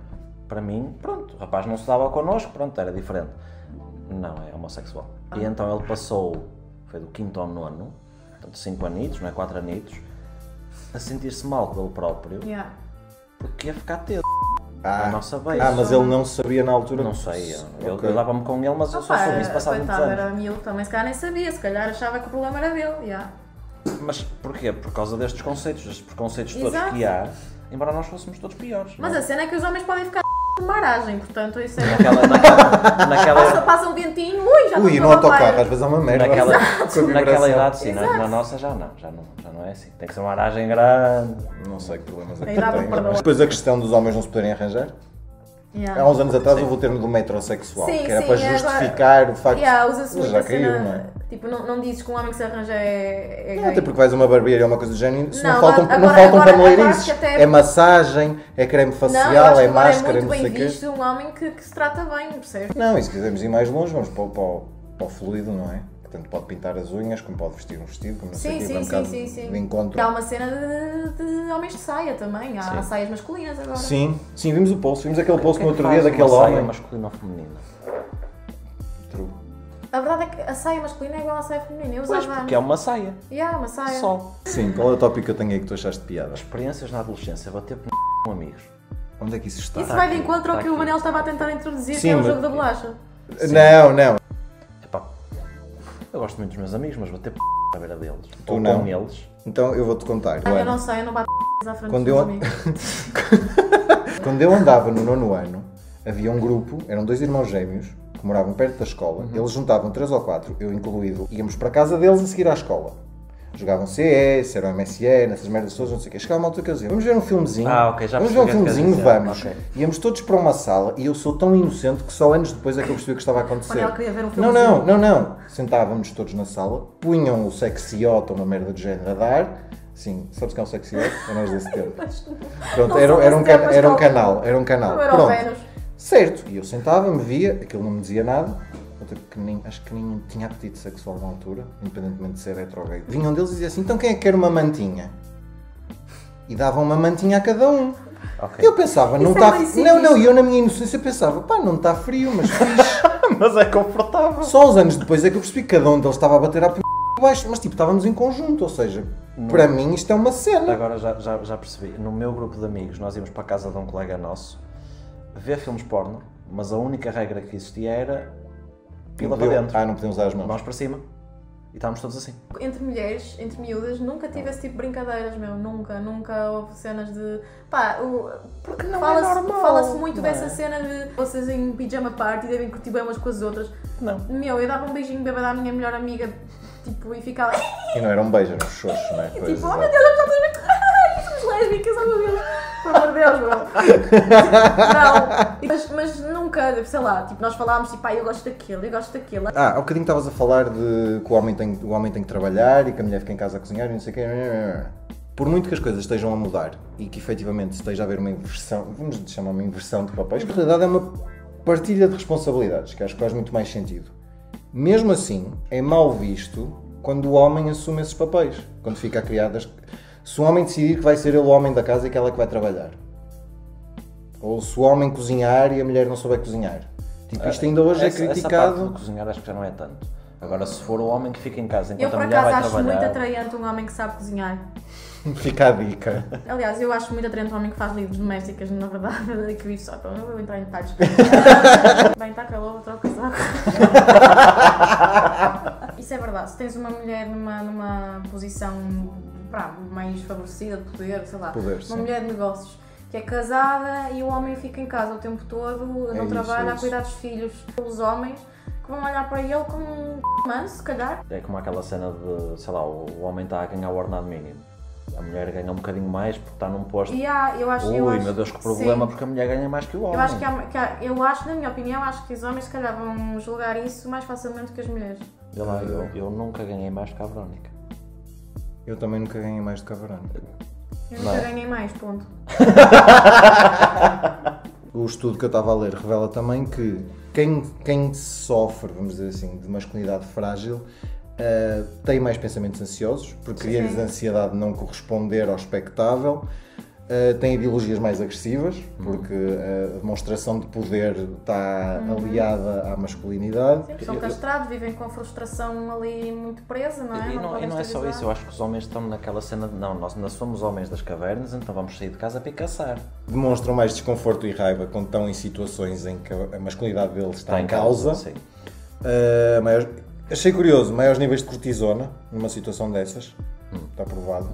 Speaker 2: Para mim, pronto, o rapaz não se dava connosco, pronto, era diferente. Não, é homossexual. E então ele passou, foi do quinto ao nono, portanto, cinco anitos, não é? Quatro anitos, a sentir-se mal com ele próprio,
Speaker 4: Yeah.
Speaker 2: porque ia ficar teso.
Speaker 3: Ah,
Speaker 2: A nossa vez.
Speaker 3: Ah, mas ele não sabia na altura.
Speaker 2: Não sei, eu, eu
Speaker 3: Ok.
Speaker 2: dava-me com ele, mas eu só
Speaker 4: Opa,
Speaker 2: soube isso passado muitos
Speaker 4: Ah, coitado,
Speaker 2: anos.
Speaker 4: era miúdo também, se calhar nem sabia, se calhar achava que o problema era dele. Yeah.
Speaker 2: Mas porquê? Por causa destes conceitos, destes preconceitos todos
Speaker 4: Exato.
Speaker 2: que há, embora nós fôssemos todos piores.
Speaker 4: Mas
Speaker 2: não é?
Speaker 4: a cena é que os homens podem ficar de maragem, portanto, isso é.
Speaker 2: naquela, naquela, naquela,
Speaker 4: Passa, passa um ventinho, ui, já
Speaker 3: Ui,
Speaker 4: estou
Speaker 3: no
Speaker 4: a babar.
Speaker 3: autocarro, às vezes é uma merda.
Speaker 2: Naquela,
Speaker 3: Com a
Speaker 2: naquela
Speaker 3: vibração.
Speaker 2: idade, sim, na, na nossa já não, já não, já não é assim. Tem que ser uma aragem grande.
Speaker 3: Não sei que problemas é
Speaker 4: A
Speaker 3: que
Speaker 4: idade
Speaker 3: tem.
Speaker 4: do perdão.
Speaker 3: Depois a questão dos homens não se poderem arranjar.
Speaker 4: Yeah.
Speaker 3: Há uns anos atrás houve o termo do metrosexual,
Speaker 4: Sim,
Speaker 3: que era
Speaker 4: sim,
Speaker 3: para
Speaker 4: é agora-
Speaker 3: justificar o facto
Speaker 4: Yeah, usa-se
Speaker 3: Mas
Speaker 4: muito
Speaker 3: já
Speaker 4: a
Speaker 3: caiu,
Speaker 4: cena.
Speaker 3: não é? tipo,
Speaker 4: Tipo, não, não dizes que um homem que se arranja é. é
Speaker 3: Não,
Speaker 4: gay.
Speaker 3: até porque vais a uma barbearia ou uma coisa do género, se não,
Speaker 4: Não,
Speaker 3: faltam,
Speaker 4: agora-
Speaker 3: não faltam
Speaker 4: agora-
Speaker 3: paneleirices.
Speaker 4: agora acho que até-
Speaker 3: É massagem, é creme
Speaker 4: não, eu acho
Speaker 3: facial,
Speaker 4: que
Speaker 3: é
Speaker 4: agora
Speaker 3: máscara,
Speaker 4: é
Speaker 3: não
Speaker 4: muito
Speaker 3: sei
Speaker 4: bem
Speaker 3: o quê.
Speaker 4: visto um homem que, que se trata bem, percebes?
Speaker 3: Não, e se quisermos ir mais longe, vamos para, o- para, o- para o fluido, não é? Que tanto pode pintar as unhas, como pode vestir um vestido, como não sei o
Speaker 4: Sim,
Speaker 3: quê, vai
Speaker 4: sim,
Speaker 3: um
Speaker 4: sim,
Speaker 3: bocado
Speaker 4: sim, É
Speaker 3: de
Speaker 4: sim.
Speaker 3: encontro.
Speaker 4: Há uma cena de, de homens de saia também, há
Speaker 2: Sim.
Speaker 4: saias masculinas agora.
Speaker 3: Sim, sim, vimos o post, vimos aquele post
Speaker 2: O que é
Speaker 3: no outro
Speaker 2: que faz
Speaker 3: dia
Speaker 2: uma
Speaker 3: daquele
Speaker 2: saia
Speaker 3: homem.
Speaker 2: masculina ou feminina?
Speaker 3: True.
Speaker 4: A verdade é que a saia masculina é igual à saia feminina, eu
Speaker 2: Pois,
Speaker 4: usava
Speaker 2: porque é uma saia.
Speaker 4: E há uma saia.
Speaker 2: Só.
Speaker 3: Sim, qual é o tópico que eu tenho aí que tu achaste piada?
Speaker 2: Experiências na adolescência, bater p... com amigos.
Speaker 3: Onde é que isso está?
Speaker 4: Isso vai de
Speaker 2: aqui,
Speaker 4: encontro ao
Speaker 2: tá
Speaker 4: que o
Speaker 2: aqui.
Speaker 4: Manel estava a tentar introduzir,
Speaker 3: Sim,
Speaker 4: que é o
Speaker 3: mas-
Speaker 4: jogo da bolacha.
Speaker 3: Não, não.
Speaker 2: Epá, eu gosto muito dos meus amigos, mas bater p... à beira deles.
Speaker 3: Tu
Speaker 2: ou
Speaker 3: não.
Speaker 2: com eles.
Speaker 3: Então eu vou-te contar.
Speaker 4: Ah, eu
Speaker 3: Luana.
Speaker 4: não sei, eu não bato à frente
Speaker 3: Quando
Speaker 4: dos
Speaker 3: eu-
Speaker 4: amigos.
Speaker 3: Quando eu andava no nono ano, havia um grupo, eram dois irmãos gêmeos, que moravam perto da
Speaker 2: Uhum.
Speaker 3: escola. Eles juntavam três ou quatro, eu incluído, íamos para a casa deles a seguir à escola. Jogavam CS, eram MSN, essas merdas todas, não sei o quê. Chegava uma altura que eles diziam, vamos ver um filmezinho.
Speaker 2: Ah, ok, já
Speaker 3: Vamos ver um
Speaker 2: percebi o que é que
Speaker 3: filmezinho,
Speaker 2: queres
Speaker 3: vamos.
Speaker 2: dizer. Ok.
Speaker 3: Íamos todos para uma sala e eu sou tão inocente que só anos depois é que eu percebi o que estava a acontecer.
Speaker 4: Manel queria ver um
Speaker 3: não,
Speaker 4: filmezinho.
Speaker 3: não, não, não. Sentávamos todos na sala, punham o sexiote ou uma merda do género a dar. Sim, sabes o que é um sexiote? É mais desse tempo. Pronto,
Speaker 4: Não
Speaker 3: era,
Speaker 4: sou
Speaker 3: era, um
Speaker 4: desse tempo,
Speaker 3: cana-
Speaker 4: mas
Speaker 3: era um
Speaker 4: não.
Speaker 3: canal, era um canal.
Speaker 4: Não era o Vênus.
Speaker 3: Pronto. Certo, e eu sentava-me, via, aquilo não me dizia nada, até que nem- acho que nem tinha apetite sexual na altura, independentemente de ser hetero ou gay. Vinham deles e dizia assim, então quem é que quer uma mantinha? E davam uma mantinha a cada um.
Speaker 2: Ok.
Speaker 3: Eu pensava, não
Speaker 4: Isso é
Speaker 3: está...
Speaker 4: bem
Speaker 3: não, não, e
Speaker 4: simples.
Speaker 3: eu na minha inocência pensava, pá, não está frio, mas fixe.
Speaker 2: mas é confortável.
Speaker 3: Só uns anos depois é que eu percebi que cada um deles estava a bater à p... baixo, mas tipo, estávamos em conjunto, ou seja, para mim isto é uma cena.
Speaker 2: Agora já, já, já percebi. No meu grupo de amigos, nós íamos para a casa de um colega nosso ver filmes porno, mas a única regra que existia era pila é para dentro.
Speaker 3: Ah, não podemos usar as mãos.
Speaker 2: Mãos para cima. E estávamos todos assim.
Speaker 4: Entre mulheres, entre miúdas, nunca tive esse tipo de brincadeiras, meu. Nunca, nunca houve cenas de. Pá, o... porque
Speaker 2: não é
Speaker 4: fala-se
Speaker 2: normal,
Speaker 4: fala-se muito
Speaker 2: não é?
Speaker 4: dessa cena de vocês em pijama party devem curtir bem umas com as outras.
Speaker 2: Não.
Speaker 4: Meu, eu dava um beijinho bêbada à minha melhor amiga, tipo, e ficava.
Speaker 3: E não era um beijo, era um xoxo, não é?
Speaker 4: E
Speaker 3: Pois,
Speaker 4: tipo, oh meu
Speaker 3: exato.
Speaker 4: Deus, eu já estou a ver. Ai, somos lésbicas, oh meu Deus. Pelo amor de Deus, bro. Não, mas, mas nunca, sei lá, tipo, nós falámos tipo, ai, eu gosto daquilo, eu gosto daquilo.
Speaker 3: Ah, há bocadinho estavas a falar de que o homem, tem, o homem tem que trabalhar e que a mulher fica em casa a cozinhar e não sei o quê. Por muito que as coisas estejam a mudar e que efetivamente esteja a haver uma inversão, vamos lhe chamar uma inversão de papéis, que na realidade é uma partilha de responsabilidades, que acho que faz muito mais sentido. Mesmo assim, é mal visto quando o homem assume esses papéis, quando fica a criar. das- Se o homem decidir que vai ser ele o homem da casa e que ela é que vai trabalhar. Ou se o homem cozinhar e a mulher não souber cozinhar. Tipo, isto ainda hoje
Speaker 2: Ah, Essa-
Speaker 3: é
Speaker 2: essa
Speaker 3: criticado.
Speaker 2: parte de cozinhar acho que já não é tanto. Agora, se for o homem que fica em casa
Speaker 4: Eu,
Speaker 2: enquanto
Speaker 4: por
Speaker 2: então a mulher vai
Speaker 4: acaso, acho muito
Speaker 2: trabalhar...
Speaker 4: atraente um homem que sabe cozinhar.
Speaker 3: Fica a dica.
Speaker 4: Aliás, eu acho muito atraente um homem que faz livros domésticas, na verdade, que vive só. Então, não vou entrar em detalhes. Bem, taca a louva, troca o casaco. Isso é verdade. Se tens uma mulher numa, numa posição pá, mais favorecida, de poder, sei lá.
Speaker 3: Poder,
Speaker 4: uma
Speaker 3: sim.
Speaker 4: mulher de negócios que é casada e o homem fica em casa o tempo todo,
Speaker 3: É
Speaker 4: não
Speaker 3: isso,
Speaker 4: trabalha,
Speaker 3: é
Speaker 4: a
Speaker 3: isso.
Speaker 4: cuidar dos filhos. Os homens que vão olhar para ele como um manso, se calhar.
Speaker 2: É como aquela cena de, sei lá, o o homem está a ganhar o ordenado mínimo. A mulher ganha um bocadinho mais porque está num posto.
Speaker 4: E há, eu acho, eu
Speaker 2: Ui,
Speaker 4: acho-
Speaker 2: meu Deus, que problema,
Speaker 4: sim.
Speaker 2: porque a mulher ganha mais que o homem.
Speaker 4: Eu acho que, é há, que há- eu acho, na minha opinião, acho que os homens se calhar vão julgar isso mais facilmente que as mulheres.
Speaker 2: Vê lá, eu, eu nunca ganhei mais que a Verónica.
Speaker 3: Eu também nunca ganhei mais do que a Verónica.
Speaker 4: Eu nunca
Speaker 2: Não. é?
Speaker 4: ganhei mais, ponto.
Speaker 3: O estudo que eu estava a ler revela também que quem, quem sofre, vamos dizer assim, de masculinidade frágil ah, tem mais pensamentos ansiosos, porque cria-lhes ansiedade de não corresponder ao expectável, ah, tem ideologias mais agressivas, porque eh, a demonstração de poder está aliada à masculinidade.
Speaker 4: Uhum. Sim, são
Speaker 2: Eu- eu-
Speaker 4: castrados, vivem com a frustração ali muito presa, não é?
Speaker 2: e não, e
Speaker 4: podem
Speaker 2: não é só
Speaker 4: exteriorizar.
Speaker 2: isso, eu acho que os homens estão naquela cena de não, nós ainda somos homens das cavernas, então vamos sair de casa para ir caçar.
Speaker 3: Demonstram mais desconforto e raiva quando estão em situações em que a masculinidade deles está, em causa.
Speaker 2: Sim.
Speaker 3: Uh, maiores- Achei curioso, maiores níveis de cortisona numa situação dessas,
Speaker 2: Hum.
Speaker 3: está provado.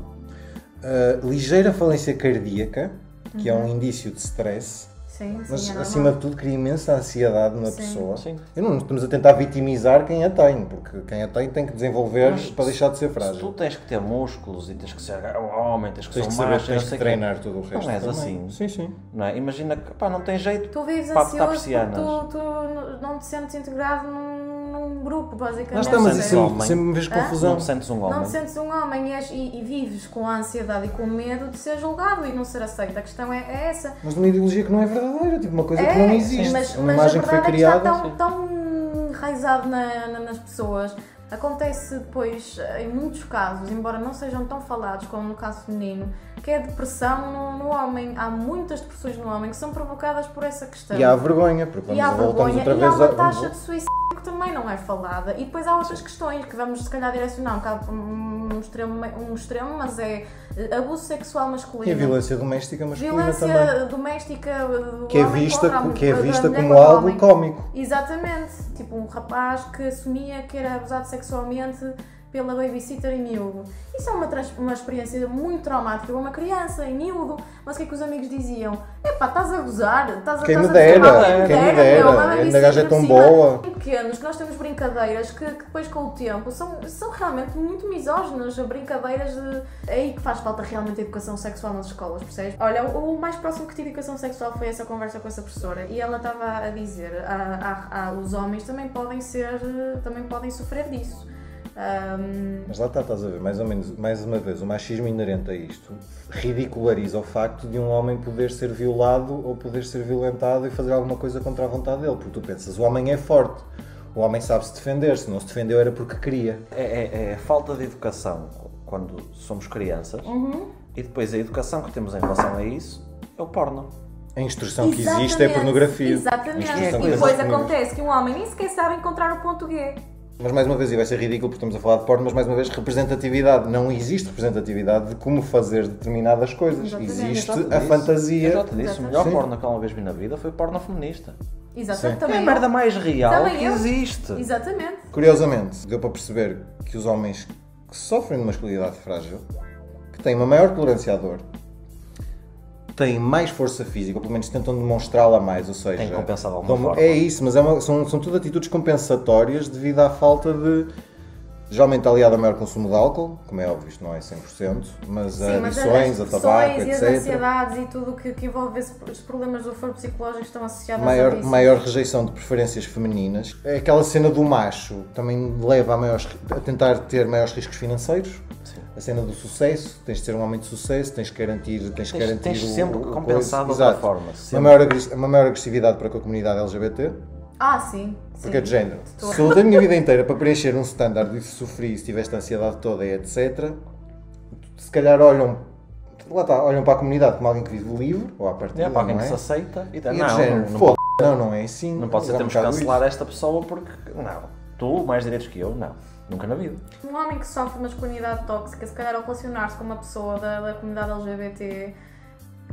Speaker 3: Uh, ligeira falência cardíaca, que é um indício de stress,
Speaker 4: Uhum. Sim, sim,
Speaker 3: mas
Speaker 4: é normal.
Speaker 3: acima de tudo cria imensa ansiedade na
Speaker 4: Sim.
Speaker 3: pessoa.
Speaker 2: Sim.
Speaker 3: E não estamos a tentar vitimizar quem a tem, porque quem a tem tem que desenvolver
Speaker 2: Mas
Speaker 3: para deixar de ser
Speaker 2: Se tu
Speaker 3: frágil.
Speaker 2: tens que ter músculos e tens que ser um homem, tens que
Speaker 3: Tens
Speaker 2: ser
Speaker 3: que
Speaker 2: um
Speaker 3: saber,
Speaker 2: macho,
Speaker 3: tens
Speaker 2: não
Speaker 3: que
Speaker 2: sei o quê.
Speaker 3: treinar todo o resto.
Speaker 2: Não és
Speaker 3: também.
Speaker 2: assim.
Speaker 3: Sim, sim.
Speaker 2: Não é? Imagina que pá, não tem jeito.
Speaker 4: Tu vives
Speaker 2: Papo de
Speaker 4: ansioso porque tu,
Speaker 2: persianas.
Speaker 4: tu n- não te sentes integrado num, num grupo, basicamente.
Speaker 3: Lá está, mas
Speaker 2: sei.
Speaker 3: isso
Speaker 4: não,
Speaker 2: Sim.
Speaker 3: sempre, sempre me fez confusão.
Speaker 2: um Não te sentes um
Speaker 4: é?
Speaker 2: homem.
Speaker 4: não te sentes um homem e, és- e- e vives com a ansiedade e com o medo de ser julgado e não ser aceito. A questão é, é essa.
Speaker 3: Mas de uma ideologia que não é verdadeira, tipo uma coisa
Speaker 4: é,
Speaker 3: que não existe.
Speaker 4: Mas,
Speaker 3: uma
Speaker 4: mas
Speaker 3: imagem
Speaker 4: a
Speaker 3: que foi
Speaker 4: verdade
Speaker 3: criada.
Speaker 4: é que está tão, tão enraizado na- na- nas pessoas. Acontece depois, eh, em muitos casos, embora não sejam tão falados como no caso feminino, que é a depressão no, no homem. Há muitas depressões no homem que são provocadas por essa questão.
Speaker 3: E há a vergonha, porque
Speaker 4: E há
Speaker 3: vamos, voltamos
Speaker 4: vergonha
Speaker 3: outra
Speaker 4: e há
Speaker 3: vez
Speaker 4: uma
Speaker 3: a.
Speaker 4: taxa de suicídio que também não é falada. E depois há outras questões que vamos, se calhar, direcionar um bocado para um extremo, um extremo mas é eh, abuso sexual masculino.
Speaker 3: E a é violência doméstica masculina
Speaker 4: Violência
Speaker 3: também.
Speaker 4: doméstica do
Speaker 3: Que é
Speaker 4: homem
Speaker 3: vista,
Speaker 4: contra a mu-
Speaker 3: que é
Speaker 4: da
Speaker 3: vista
Speaker 4: mulher
Speaker 3: como
Speaker 4: contra o
Speaker 3: algo
Speaker 4: homem.
Speaker 3: cómico.
Speaker 4: Exatamente. Tipo um rapaz que assumia que era abusado sexualmente pela babysitter em miúdo. Isso é uma, trans- uma experiência muito traumática. Uma criança em miúdo. Mas o que é que os amigos diziam? Epá, estás a gozar. Estás a,
Speaker 3: Quem me
Speaker 4: estás a dizer
Speaker 3: dera,
Speaker 4: mal,
Speaker 3: quem me
Speaker 4: meu,
Speaker 3: dera,
Speaker 4: uma
Speaker 3: ainda a
Speaker 4: babysitter
Speaker 3: gaja é
Speaker 4: por
Speaker 3: tão
Speaker 4: cima."
Speaker 3: boa.
Speaker 4: Em pequenos que nós temos brincadeiras que, que depois com o tempo são, são realmente muito misóginas. Brincadeiras de... É aí que faz falta realmente a educação sexual nas escolas, percebes? Olha, o, o mais próximo que tive de educação sexual foi essa conversa com essa professora e ela estava a dizer "Ah, ah, ah, os homens também podem ser... também podem sofrer disso. Ahm,
Speaker 3: Mas lá está, estás a ver, mais ou menos, mais uma vez, o machismo inerente a isto ridiculariza o facto de um homem poder ser violado ou poder ser violentado e fazer alguma coisa contra a vontade dele. Porque tu pensas, o homem é forte, o homem sabe se defender, se não se defendeu era porque queria.
Speaker 2: É, é- é a falta de educação quando somos crianças
Speaker 4: Uhum.
Speaker 2: e depois a educação que temos em relação a isso é o porno.
Speaker 3: A instrução que existe é
Speaker 4: Exatamente,
Speaker 3: pornografia.
Speaker 4: Exatamente.
Speaker 3: A
Speaker 2: É,
Speaker 3: instrução que
Speaker 4: E
Speaker 3: existe é
Speaker 4: depois
Speaker 3: pornografia.
Speaker 4: acontece que um homem nem sequer sabe encontrar o ponto G.
Speaker 3: Mas mais uma vez, e vai ser ridículo porque estamos a falar de porno, mas mais uma vez, representatividade. Não existe representatividade de como fazer determinadas coisas.
Speaker 4: Exatamente.
Speaker 3: Existe
Speaker 2: Eu já
Speaker 3: a
Speaker 2: te disse. Eu já
Speaker 3: fantasia.
Speaker 2: te disse, o
Speaker 4: Exatamente.
Speaker 2: melhor
Speaker 3: Sim.
Speaker 2: porno que eu uma vez vi na vida foi porno feminista.
Speaker 4: Exatamente.
Speaker 2: É
Speaker 4: Também
Speaker 2: a
Speaker 4: eu.
Speaker 2: merda mais real
Speaker 4: Também
Speaker 2: que
Speaker 4: eu.
Speaker 2: existe.
Speaker 4: Exatamente.
Speaker 3: Curiosamente, deu para perceber que os homens que sofrem de masculinidade frágil, que têm uma maior tolerância à dor, têm mais força física, ou pelo menos tentam demonstrá-la mais, ou seja...
Speaker 2: Têm que compensar de alguma
Speaker 3: dão-
Speaker 2: forma.
Speaker 3: É isso, mas é uma- são, são tudo atitudes compensatórias devido à falta de... Geralmente aliado a maior consumo de álcool, como é óbvio, isto não é 100%, mas a
Speaker 4: mas
Speaker 3: Ah, adições,
Speaker 4: as
Speaker 3: a tabaco,
Speaker 4: depressões e as
Speaker 3: etc.
Speaker 4: ansiedades e tudo o que, que envolve esse- os problemas do foro psicológico estão associados a
Speaker 3: maior,
Speaker 4: isso.
Speaker 3: maior rejeição de preferências femininas. É Aquela cena do macho também leva a, maiores, a tentar ter maiores riscos financeiros. A cena do sucesso, tens de ser um homem de sucesso, tens de garantir, tens, de
Speaker 2: Tens-
Speaker 3: garantir
Speaker 2: tens sempre
Speaker 3: o
Speaker 2: compensado de
Speaker 3: coisa.
Speaker 2: outra
Speaker 3: Exato.
Speaker 2: forma,
Speaker 3: Uma
Speaker 2: sempre.
Speaker 3: maior, agres- uma maior agressividade para com a comunidade LGBT,
Speaker 4: Ah, sim. sim.
Speaker 3: porque é de género.
Speaker 4: Estou-
Speaker 3: Se eu lutei a minha vida inteira para preencher um standard e sofri, se tiveste a ansiedade toda e etc., se calhar olham, lá está, olham para a comunidade como alguém que vive livre, ou à partida,
Speaker 2: É para alguém
Speaker 3: não
Speaker 2: que
Speaker 3: é?
Speaker 2: se aceita e dá,
Speaker 3: E é
Speaker 2: não,
Speaker 3: de género,
Speaker 2: não,
Speaker 3: foda não, não é assim.
Speaker 2: não pode ser,
Speaker 3: é um
Speaker 2: temos que
Speaker 3: bocado isso.
Speaker 2: cancelar esta pessoa porque, não, tu, mais direitos que eu, não, nunca na vida.
Speaker 4: Um homem que sofre de masculinidade tóxica, se calhar ao relacionar-se com uma pessoa da, da comunidade LGBT,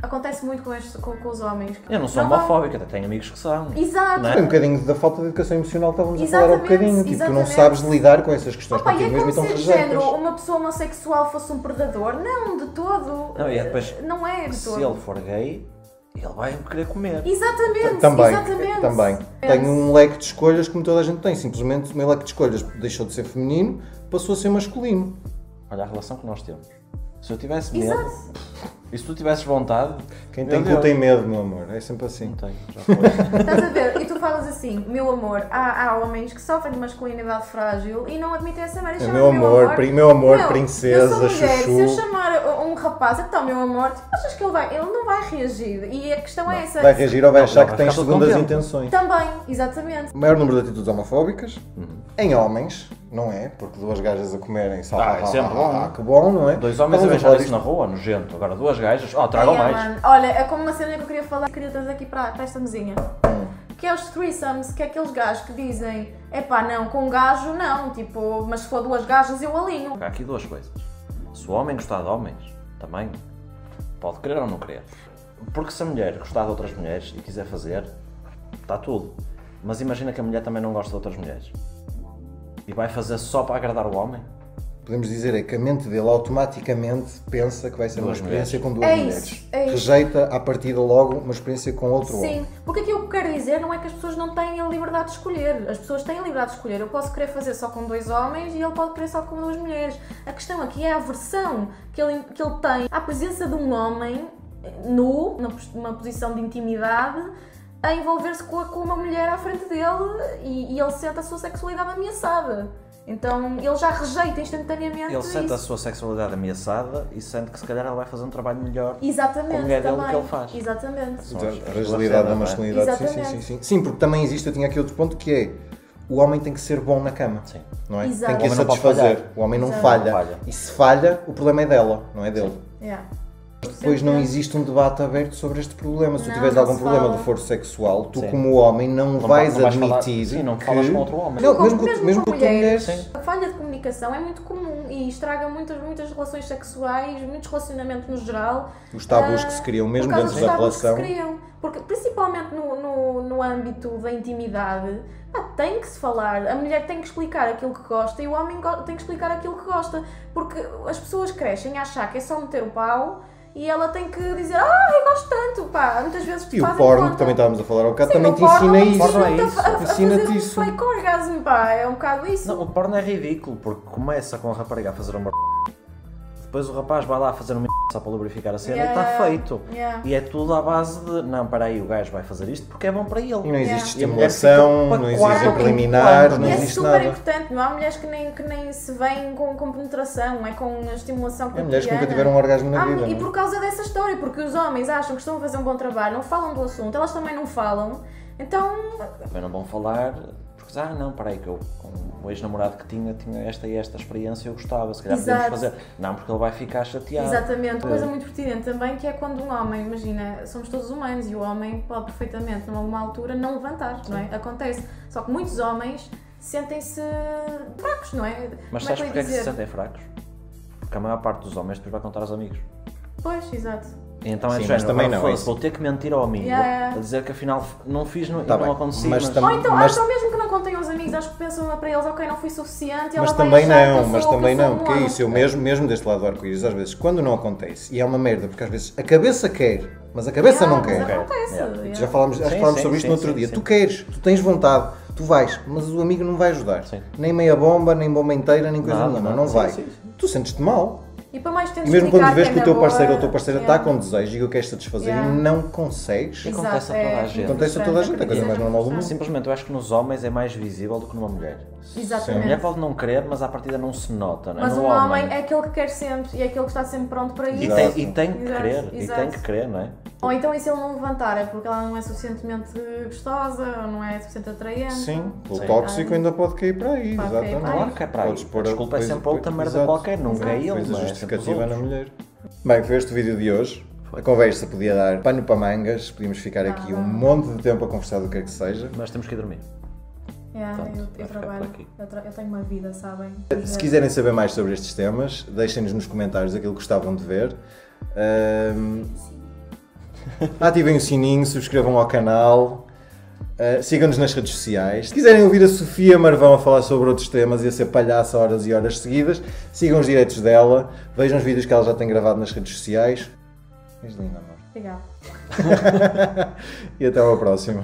Speaker 4: acontece muito com, este- com, com os homens.
Speaker 2: Eu não sou
Speaker 4: vão-
Speaker 2: homofóbico, até tenho amigos que são.
Speaker 4: Exato.
Speaker 2: Não é?
Speaker 3: Tem um bocadinho da falta de educação emocional que estávamos a falar há
Speaker 4: Exatamente,
Speaker 3: bocadinho. Tipo, tu não
Speaker 4: exatamente.
Speaker 3: sabes lidar com essas questões
Speaker 4: Opa, e
Speaker 3: contigo
Speaker 4: é
Speaker 3: mesmo
Speaker 4: como
Speaker 3: e tão
Speaker 4: se de
Speaker 3: rejeitas.
Speaker 4: género uma pessoa homossexual fosse um predador. Não, de todo.
Speaker 2: Não, e depois,
Speaker 4: Não é de
Speaker 2: Se
Speaker 4: todo.
Speaker 2: ele for gay, ele vai querer comer.
Speaker 4: Exatamente,
Speaker 3: Também,
Speaker 4: exatamente.
Speaker 3: também. Tenho um leque de escolhas como toda a gente tem. Simplesmente o meu leque de escolhas deixou de ser feminino, passou a ser masculino.
Speaker 2: Olha a relação que nós temos. Se eu tivesse medo,
Speaker 4: Exato.
Speaker 2: e se tu tivesses vontade,
Speaker 3: Quem
Speaker 2: meu
Speaker 3: tem
Speaker 2: Deus.
Speaker 3: cu tem medo, meu amor. É sempre assim.
Speaker 2: Não
Speaker 4: Então,
Speaker 2: tenho, já foi.
Speaker 4: Estás a ver? E tu falas assim, meu amor, há, há homens que sofrem de masculinidade frágil e não admitem essa merda.
Speaker 3: É
Speaker 4: Chamam
Speaker 3: meu amor, pri- meu amor,
Speaker 4: Meu,
Speaker 3: princesa,
Speaker 4: eu sou mulher,
Speaker 3: chuchu.
Speaker 4: Se eu chamar um rapaz, então meu amor, tu achas que ele vai? Ele não vai reagir. E a questão é essa.
Speaker 3: Vai reagir ou vai achar
Speaker 2: vai
Speaker 3: que tens
Speaker 2: ficar todo
Speaker 3: segundas
Speaker 2: contente.
Speaker 3: intenções.
Speaker 4: Também, exatamente.
Speaker 3: O maior número de atitudes homofóbicas em homens, não é? Porque duas gajas a comerem só.
Speaker 2: Ah, é sempre bom.
Speaker 3: que bom, não é?
Speaker 2: Dois homens a
Speaker 3: Estamos
Speaker 2: beijar
Speaker 3: falar
Speaker 2: isso
Speaker 3: disto-
Speaker 2: na rua, nojento. Agora duas gajas, ó, tragam
Speaker 4: Ai,
Speaker 2: mais.
Speaker 4: mano, Olha, é como uma cena que eu queria falar, queria trazer aqui para, para esta mesinha.
Speaker 3: Hum.
Speaker 4: Que é os threesomes, que é aqueles gajos que dizem, epá, não, com um gajo não, tipo, mas se for duas gajas eu alinho.
Speaker 2: Há aqui duas coisas. Se o homem gostar de homens, também pode querer ou não querer. Porque se a mulher gostar de outras mulheres e quiser fazer, está tudo. Mas imagina que a mulher também não gosta de outras mulheres. E vai fazer só para agradar o homem?
Speaker 3: Podemos dizer é que a mente dele automaticamente pensa que vai ser uma
Speaker 2: Duas
Speaker 3: experiência com duas
Speaker 4: É
Speaker 3: mulheres.
Speaker 4: isso, é isso.
Speaker 3: Rejeita à partida logo uma experiência com
Speaker 2: Tá
Speaker 3: outro homem.
Speaker 4: Sim, porque aqui o que quero dizer não é que as pessoas não têm a liberdade de escolher. As pessoas têm a liberdade de escolher. Eu posso querer fazer só com dois homens e ele pode querer só com duas mulheres. A questão aqui é a aversão que ele, que ele tem à presença de um homem eh, nu, numa pos- numa posição de intimidade, a envolver-se com, a- com uma mulher à frente dele e, e ele sente a sua sexualidade ameaçada. Então ele já rejeita instantaneamente
Speaker 2: Ele sente a
Speaker 4: Ah, isso.
Speaker 2: sua sexualidade ameaçada e sente que se calhar ela vai fazer um trabalho melhor. com a
Speaker 4: Exatamente,
Speaker 2: mulher dele
Speaker 4: também.
Speaker 2: que ele faz.
Speaker 4: Exatamente.
Speaker 2: São as-
Speaker 3: A
Speaker 2: as
Speaker 3: fragilidade da
Speaker 2: duas cenas, não é?
Speaker 3: masculinidade, sim, sim, sim,
Speaker 4: Exatamente.
Speaker 3: sim. Sim, porque também existe, eu tinha aqui outro ponto que é o homem tem que ser bom na cama.
Speaker 2: Sim.
Speaker 3: Não é?
Speaker 4: Exato.
Speaker 3: Tem
Speaker 4: O
Speaker 3: que a
Speaker 2: homem não pode
Speaker 3: satisfazer.
Speaker 2: falhar.
Speaker 3: O homem não
Speaker 4: Exato.
Speaker 3: falha.
Speaker 2: Não falha.
Speaker 3: E se falha, o problema é dela, não é dele.
Speaker 4: Yeah.
Speaker 3: Depois não
Speaker 4: Sempre.
Speaker 3: existe um debate aberto sobre este problema. Se
Speaker 4: Não,
Speaker 3: tu tiveres
Speaker 4: não
Speaker 3: algum
Speaker 4: se
Speaker 3: problema
Speaker 4: fala.
Speaker 3: de foro sexual, tu
Speaker 2: Sim.
Speaker 3: como homem não,
Speaker 2: fa-
Speaker 3: vais
Speaker 2: não vais
Speaker 3: admitir
Speaker 2: falar- sim, não
Speaker 3: que...
Speaker 2: falas com outro homem.
Speaker 3: Não,
Speaker 4: Com-
Speaker 3: mesmo, que, mesmo que tu mulheres...
Speaker 4: A falha de comunicação é muito comum e estraga muitas, muitas relações sexuais, muitos relacionamentos no geral.
Speaker 3: Os tabus
Speaker 4: ah,
Speaker 3: que se criam mesmo
Speaker 4: por causa
Speaker 3: dentro
Speaker 4: dos
Speaker 3: da
Speaker 4: tabus
Speaker 3: relação.
Speaker 4: Que se criam. Porque, principalmente no, no, no âmbito da intimidade, pá, tem que se falar. A mulher tem que explicar aquilo que gosta e o homem go- tem que explicar aquilo que gosta. Porque as pessoas crescem a achar que é só meter o pau e ela tem que dizer: Ah, eu gosto tanto, pá. Muitas vezes
Speaker 3: E o
Speaker 4: fazem
Speaker 3: porno,
Speaker 4: conta.
Speaker 3: que também estávamos a falar há bocado,
Speaker 4: Sim,
Speaker 3: também
Speaker 4: no
Speaker 3: te
Speaker 4: porno
Speaker 3: ensina
Speaker 4: eles
Speaker 3: isso.
Speaker 2: Porno é
Speaker 4: ensinam-te a- a- a
Speaker 3: Ensina-te
Speaker 4: fazer um
Speaker 3: isso.
Speaker 4: Fake orgasmo, pá. É um bocado isso.
Speaker 2: Não, o porno é ridículo, porque começa com a rapariga a fazer uma depois o rapaz vai lá fazer uma só para lubrificar a cena e está
Speaker 4: Yeah.
Speaker 2: feito.
Speaker 4: Yeah.
Speaker 2: E é tudo à base de, não, peraí, o gajo vai fazer isto porque é bom para ele.
Speaker 3: E não existe
Speaker 2: Yeah. E a mulher
Speaker 3: estimulação,
Speaker 2: fica para
Speaker 3: não
Speaker 2: quarto
Speaker 3: existem
Speaker 2: ou quinto
Speaker 3: preliminares,
Speaker 2: plano,
Speaker 3: não
Speaker 4: E é
Speaker 2: né?
Speaker 3: existe
Speaker 4: super
Speaker 3: nada.
Speaker 4: importante, não há mulheres que nem, que nem se veem com, com penetração, é com a estimulação
Speaker 3: Há
Speaker 4: cotidiana.
Speaker 3: mulheres que nunca tiveram um orgasmo na
Speaker 4: Há-
Speaker 3: vida.
Speaker 4: Ah, E
Speaker 3: não é?
Speaker 4: por causa dessa história, porque os homens acham que estão a fazer um bom trabalho, não falam do assunto, elas também não falam, então
Speaker 3: Ah,
Speaker 2: Também não vão falar, porque ah, não, peraí, que eu, com o ex-namorado que tinha, tinha esta e esta experiência, eu gostava, se calhar
Speaker 4: Exato.
Speaker 2: podemos fazer. Não, porque ele vai ficar chateado.
Speaker 4: Exatamente, uma coisa
Speaker 2: É.
Speaker 4: muito pertinente também que é quando um homem, imagina, somos todos humanos e o homem pode perfeitamente, numa altura, não levantar, não é? Acontece. Só que muitos homens sentem-se fracos, não é?
Speaker 2: Mas
Speaker 4: Como
Speaker 2: sabes
Speaker 4: é que eu ia
Speaker 2: porque é que se
Speaker 4: dizer?
Speaker 2: sentem fracos? Porque a maior parte dos homens depois vai contar aos amigos.
Speaker 4: Pois, exato.
Speaker 2: E Então
Speaker 3: Sim,
Speaker 2: é de
Speaker 3: mas
Speaker 2: género,
Speaker 3: também
Speaker 2: agora
Speaker 3: não,
Speaker 2: foda-se,
Speaker 3: isso.
Speaker 2: vou ter que mentir ao amigo
Speaker 4: Yeah, yeah.
Speaker 2: a dizer que afinal não fiz não-
Speaker 3: Tá
Speaker 2: e não
Speaker 3: bem,
Speaker 2: acontecia.
Speaker 3: mas
Speaker 2: mas-
Speaker 3: tam-
Speaker 4: Ou então,
Speaker 3: Mas-
Speaker 4: ou então mesmo que não contem aos amigos, acho que pensam para eles, ok, não fui suficiente,
Speaker 3: Mas
Speaker 4: e ela vai
Speaker 3: também
Speaker 4: achar que eu
Speaker 3: não,
Speaker 4: sou-
Speaker 3: mas
Speaker 4: que eu
Speaker 3: também
Speaker 4: sou
Speaker 3: não,
Speaker 4: um
Speaker 3: porque é
Speaker 4: homem.
Speaker 3: isso, eu mesmo, mesmo deste lado do arco-íris, às vezes, quando não acontece, e é uma merda, porque às vezes a cabeça quer, mas a cabeça
Speaker 4: Ah,
Speaker 3: não
Speaker 4: mas
Speaker 3: quer.
Speaker 4: Acontece.
Speaker 2: Yeah.
Speaker 4: yeah.
Speaker 3: Já falámos, acho que
Speaker 2: Sim,
Speaker 3: falámos
Speaker 2: sim,
Speaker 3: sobre isto
Speaker 2: sim,
Speaker 3: no outro
Speaker 2: sim,
Speaker 3: dia.
Speaker 2: sim.
Speaker 3: Tu queres, tu tens vontade, tu vais, mas o amigo não vai ajudar.
Speaker 2: Sim.
Speaker 3: Nem meia bomba, nem bomba inteira, nem coisa
Speaker 2: Nada,
Speaker 3: nenhuma,
Speaker 2: nada.
Speaker 3: não
Speaker 2: Sim,
Speaker 3: vai.
Speaker 2: sim,
Speaker 3: Tu sentes-te mal.
Speaker 4: E para mais tentar
Speaker 3: E mesmo quando
Speaker 4: explicar
Speaker 3: vês que
Speaker 4: é
Speaker 3: o teu
Speaker 4: na boa, É.
Speaker 3: parceiro ou a tua parceira está
Speaker 4: yeah.
Speaker 3: com desejo e o queres satisfazer
Speaker 4: Yeah.
Speaker 3: e não consegues,
Speaker 2: Sim.
Speaker 4: Exato,
Speaker 2: Acontece a toda
Speaker 4: é
Speaker 2: a gente. um
Speaker 3: Acontece a toda a gente, é a coisa mais normal do mundo.
Speaker 2: Uhum. Simplesmente eu acho que nos homens é mais visível do que numa mulher. A mulher
Speaker 4: Exatamente.
Speaker 2: pode não querer, mas à partida não se nota, não é?
Speaker 4: Mas
Speaker 2: no
Speaker 4: um homem é aquele que quer sempre e é aquele que está sempre pronto para
Speaker 2: E
Speaker 4: isso.
Speaker 3: Exato.
Speaker 2: tem, e tem que
Speaker 4: Exato,
Speaker 2: querer, e
Speaker 4: exato.
Speaker 2: tem que querer, não é?
Speaker 4: Ou então e se ele não levantar é porque ela não é suficientemente gostosa, ou não é suficiente atraente.
Speaker 3: sim, o
Speaker 2: Sim.
Speaker 3: tóxico ainda pode cair para aí,
Speaker 4: Pode cair
Speaker 3: exatamente.
Speaker 4: para aí.
Speaker 2: Claro que é para aí.
Speaker 3: Podes pôr
Speaker 2: A desculpa é
Speaker 3: coisa-
Speaker 2: sempre outra merda
Speaker 3: exato.
Speaker 2: qualquer, nunca é ele,
Speaker 3: Coisa
Speaker 2: não é?
Speaker 3: justificativa
Speaker 2: Sempre
Speaker 3: na
Speaker 2: os
Speaker 3: mulher. Bem, foi este o vídeo de hoje. A conversa podia dar pano para mangas, podíamos ficar aqui
Speaker 4: Ah.
Speaker 3: um monte de tempo a conversar do que é que seja.
Speaker 2: Mas temos que ir dormir.
Speaker 4: Yeah,
Speaker 2: Pronto,
Speaker 4: eu-
Speaker 2: vai
Speaker 4: eu,
Speaker 2: ficar por
Speaker 4: trabalho,
Speaker 2: aqui.
Speaker 4: eu, tra- eu tenho uma vida, sabem?
Speaker 3: Se quiserem saber mais sobre estes temas, deixem-nos nos comentários aquilo que gostavam de ver. Ahm, ativem o sininho, subscrevam ao canal, ah, sigam-nos nas redes sociais. Se quiserem ouvir a Sofia Marvão a falar sobre outros temas e a ser palhaça horas e horas seguidas, sigam os direitos dela, vejam os vídeos que ela já tem gravado nas redes sociais. És lindo, amor.
Speaker 4: Obrigada.
Speaker 3: E até ao próximo.